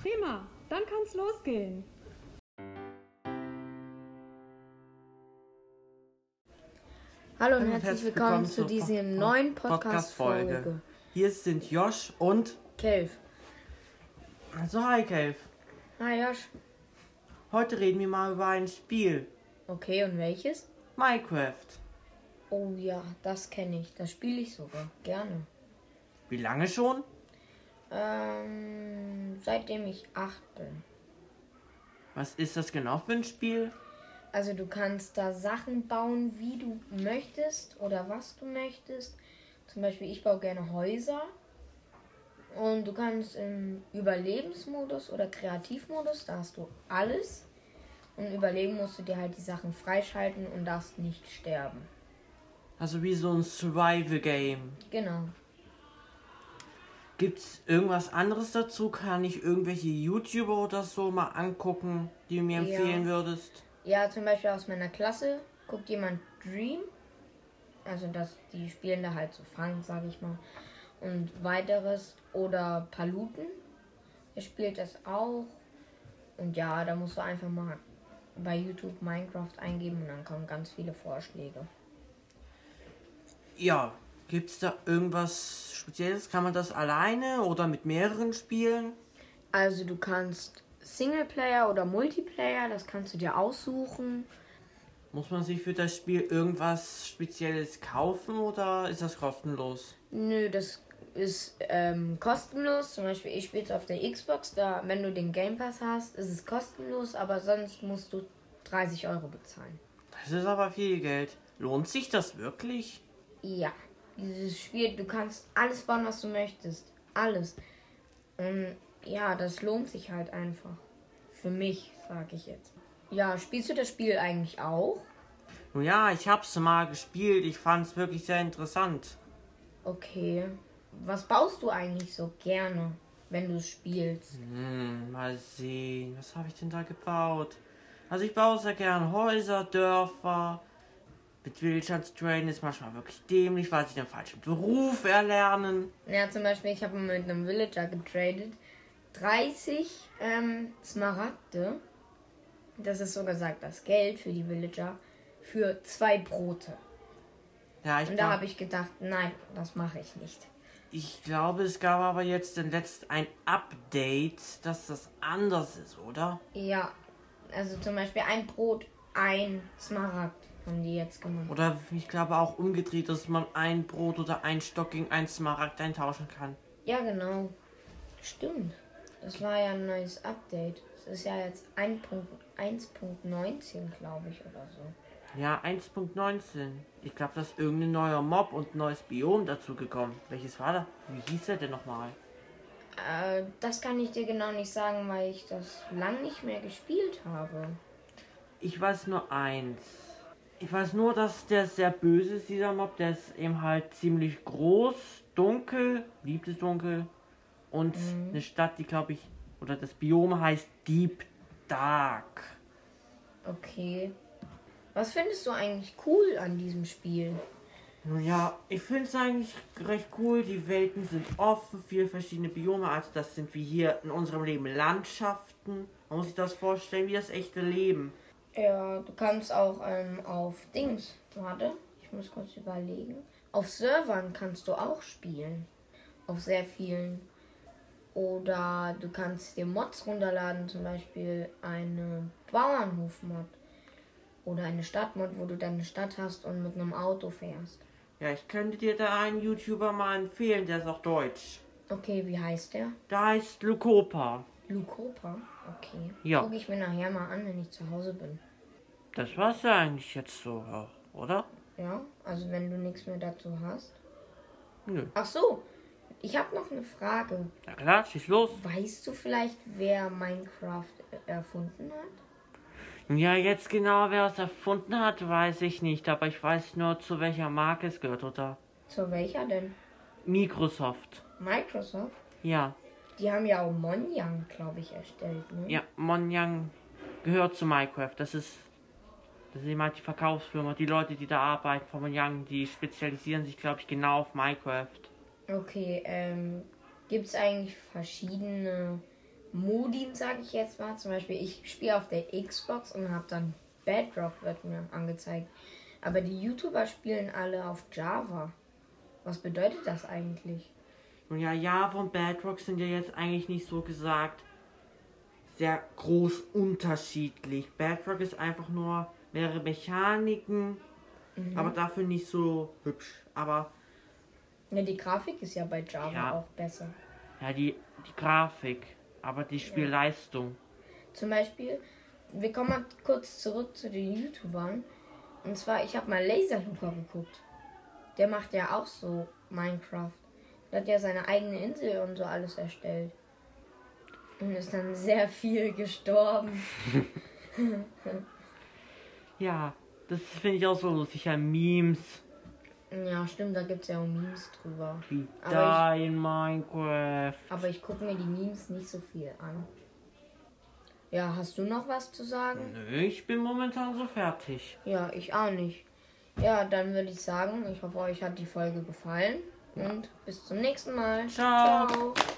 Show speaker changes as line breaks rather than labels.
Prima, dann kann's losgehen.
Hallo und herzlich willkommen zu dieser neuen Podcast-Folge.
Hier sind Josh und.
Kelf.
Also, hi, Kelf.
Na Ah, Josh.
Heute reden wir mal über ein Spiel:
Okay, und welches?
Minecraft.
Oh ja, das kenne ich. Das spiele ich sogar. Gerne.
Wie lange schon?
Ähm, seitdem ich acht bin.
Was ist das genau für ein Spiel?
Also du kannst da Sachen bauen, wie du möchtest oder was du möchtest. Zum Beispiel, ich baue gerne Häuser. Und du kannst im Überlebensmodus oder Kreativmodus, da hast du alles. Und überleben musst du dir halt die Sachen freischalten und darfst nicht sterben.
Also wie so ein Survival-Game.
Genau.
Gibt's irgendwas anderes dazu? Kann ich irgendwelche YouTuber oder so mal angucken, die du mir
Ja.
empfehlen würdest?
Ja, zum Beispiel aus meiner Klasse guckt jemand Dream. Also dass die spielen da halt so Fang, sag ich mal. Und weiteres oder Paluten. Er spielt das auch. Und ja, da musst du einfach mal bei YouTube Minecraft eingeben und dann kommen ganz viele Vorschläge.
Ja. Gibt's da irgendwas Spezielles? Kann man das alleine oder mit mehreren spielen?
Also du kannst Singleplayer oder Multiplayer, das kannst du dir aussuchen.
Muss man sich für das Spiel irgendwas Spezielles kaufen oder ist das kostenlos?
Nö, das ist ähm, kostenlos. Zum Beispiel, ich spiele es auf der Xbox. Da, wenn du den Game Pass hast, ist es kostenlos, aber sonst musst du 30 Euro bezahlen.
Das ist aber viel Geld. Lohnt sich das wirklich?
Ja, dieses Spiel, du kannst alles bauen, was du möchtest. Alles. Und ja, das lohnt sich halt einfach. Für mich, sag ich jetzt. Ja, spielst du das Spiel eigentlich auch?
Nun ja, ich hab's mal gespielt. Ich fand's wirklich sehr interessant.
Okay. Was baust du eigentlich so gerne, wenn du es spielst?
Hm, mal sehen, was habe ich denn da gebaut? Also ich baue sehr gern Häuser, Dörfer. Mit Wildschatz-Train ist manchmal wirklich dämlich, weil sie den falschen Beruf erlernen.
Ja, zum Beispiel, ich habe mit einem Villager getradet. 30 ähm, Smaragde. Das ist so gesagt das Geld für die Villager. Für zwei Brote.
Ja, ich,
Und da
glaub-
habe ich gedacht, nein, das mache ich nicht.
ich glaube, es gab aber jetzt den letzten ein Update, dass das anders ist, oder?
Ja, also zum Beispiel ein Brot, ein Smaragd haben die jetzt gemacht.
Oder ich glaube auch umgedreht, dass man ein Brot oder ein Stock gegen ein Smaragd eintauschen kann.
Ja, genau. Stimmt. Das war ja ein neues Update. Das ist ja jetzt 1.1.19, glaube ich, oder so.
Ja, 1.19. Ich glaube, da ist irgendein neuer Mob und neues Biom dazu gekommen. Welches war da? Wie hieß der denn nochmal?
Äh, das kann ich dir genau nicht sagen, weil ich das lang nicht mehr gespielt habe.
Ich weiß nur eins. Ich weiß nur, dass der sehr böse ist, dieser Mob. Der ist eben halt ziemlich groß, dunkel, liebt es dunkel. Und eine Stadt, die glaube ich, oder das Biom heißt Deep Dark.
Okay. Was findest du eigentlich cool an diesem Spiel?
Nun ja, ich finde es eigentlich recht cool. Die Welten sind offen, viele verschiedene Biome. Also das sind wie hier in unserem Leben Landschaften. Man muss sich das vorstellen wie das echte Leben.
Ja, du kannst auch ähm, auf Dings. Warte, ich muss kurz überlegen. Auf Servern kannst du auch spielen. Auf sehr vielen. Oder du kannst dir Mods runterladen, zum Beispiel eine Bauernhof-Mod. Oder eine Stadtmod, wo du deine Stadt hast und mit einem Auto fährst.
Ja, ich könnte dir da einen YouTuber mal empfehlen, der ist auch deutsch.
Okay, wie heißt der?
Da heißt Lukopa.
Lukopa? Okay.
Ja.
Guck ich mir nachher mal an, wenn ich zu Hause bin.
Das war's ja eigentlich jetzt so, auch, oder?
Ja, also wenn du nichts mehr dazu hast.
Nö.
Ach so, ich habe noch eine Frage.
Na klar, schieß los.
Weißt du vielleicht, wer Minecraft e-, erfunden hat?
Nun Ja, jetzt genau, wer es erfunden hat, weiß ich nicht. Aber ich weiß nur, zu welcher Marke es gehört, oder?
Zu welcher denn?
Microsoft.
Microsoft?
Ja.
Die haben ja auch Monjang, glaube ich, erstellt, ne?
Ja, Monjang gehört zu Minecraft. Das ist Das sind manche Verkaufsfirma, die Leute, die da arbeiten von Mojang, die spezialisieren sich, glaube ich, genau auf Minecraft.
Okay, ähm, gibt es eigentlich verschiedene Modien, sage ich jetzt mal. Zum Beispiel, ich spiele auf der Xbox und habe dann Bedrock wird mir angezeigt. Aber die YouTuber spielen alle auf Java. Was bedeutet das eigentlich?
Nun ja, Java und Bedrock sind ja jetzt eigentlich nicht so gesagt sehr groß unterschiedlich. Bedrock ist einfach nur mehrere Mechaniken, aber dafür nicht so hübsch. Aber
Ja, Ne, die Grafik ist ja bei Java
Ja.
auch besser.
ja, die, die Grafik, aber die Spielleistung.
Zum Beispiel, wir kommen mal kurz zurück zu den YouTubern. Und zwar, ich habe mal Laserhooker geguckt. Der macht ja auch so Minecraft. Der hat ja seine eigene Insel und so alles erstellt. Und ist dann sehr viel gestorben.
Ja, das finde ich auch so lustig. Ja, Memes
Ja, stimmt, da gibt es ja auch Memes drüber.
wie
Aber
da in Minecraft.
Aber ich gucke mir die Memes nicht so viel an. Ja, hast du noch was zu sagen?
Nö, ich bin momentan so fertig.
Ja, ich auch nicht. Ja, dann würde ich sagen, ich hoffe, euch hat die Folge gefallen. Und bis zum nächsten Mal.
Ciao.
Ciao.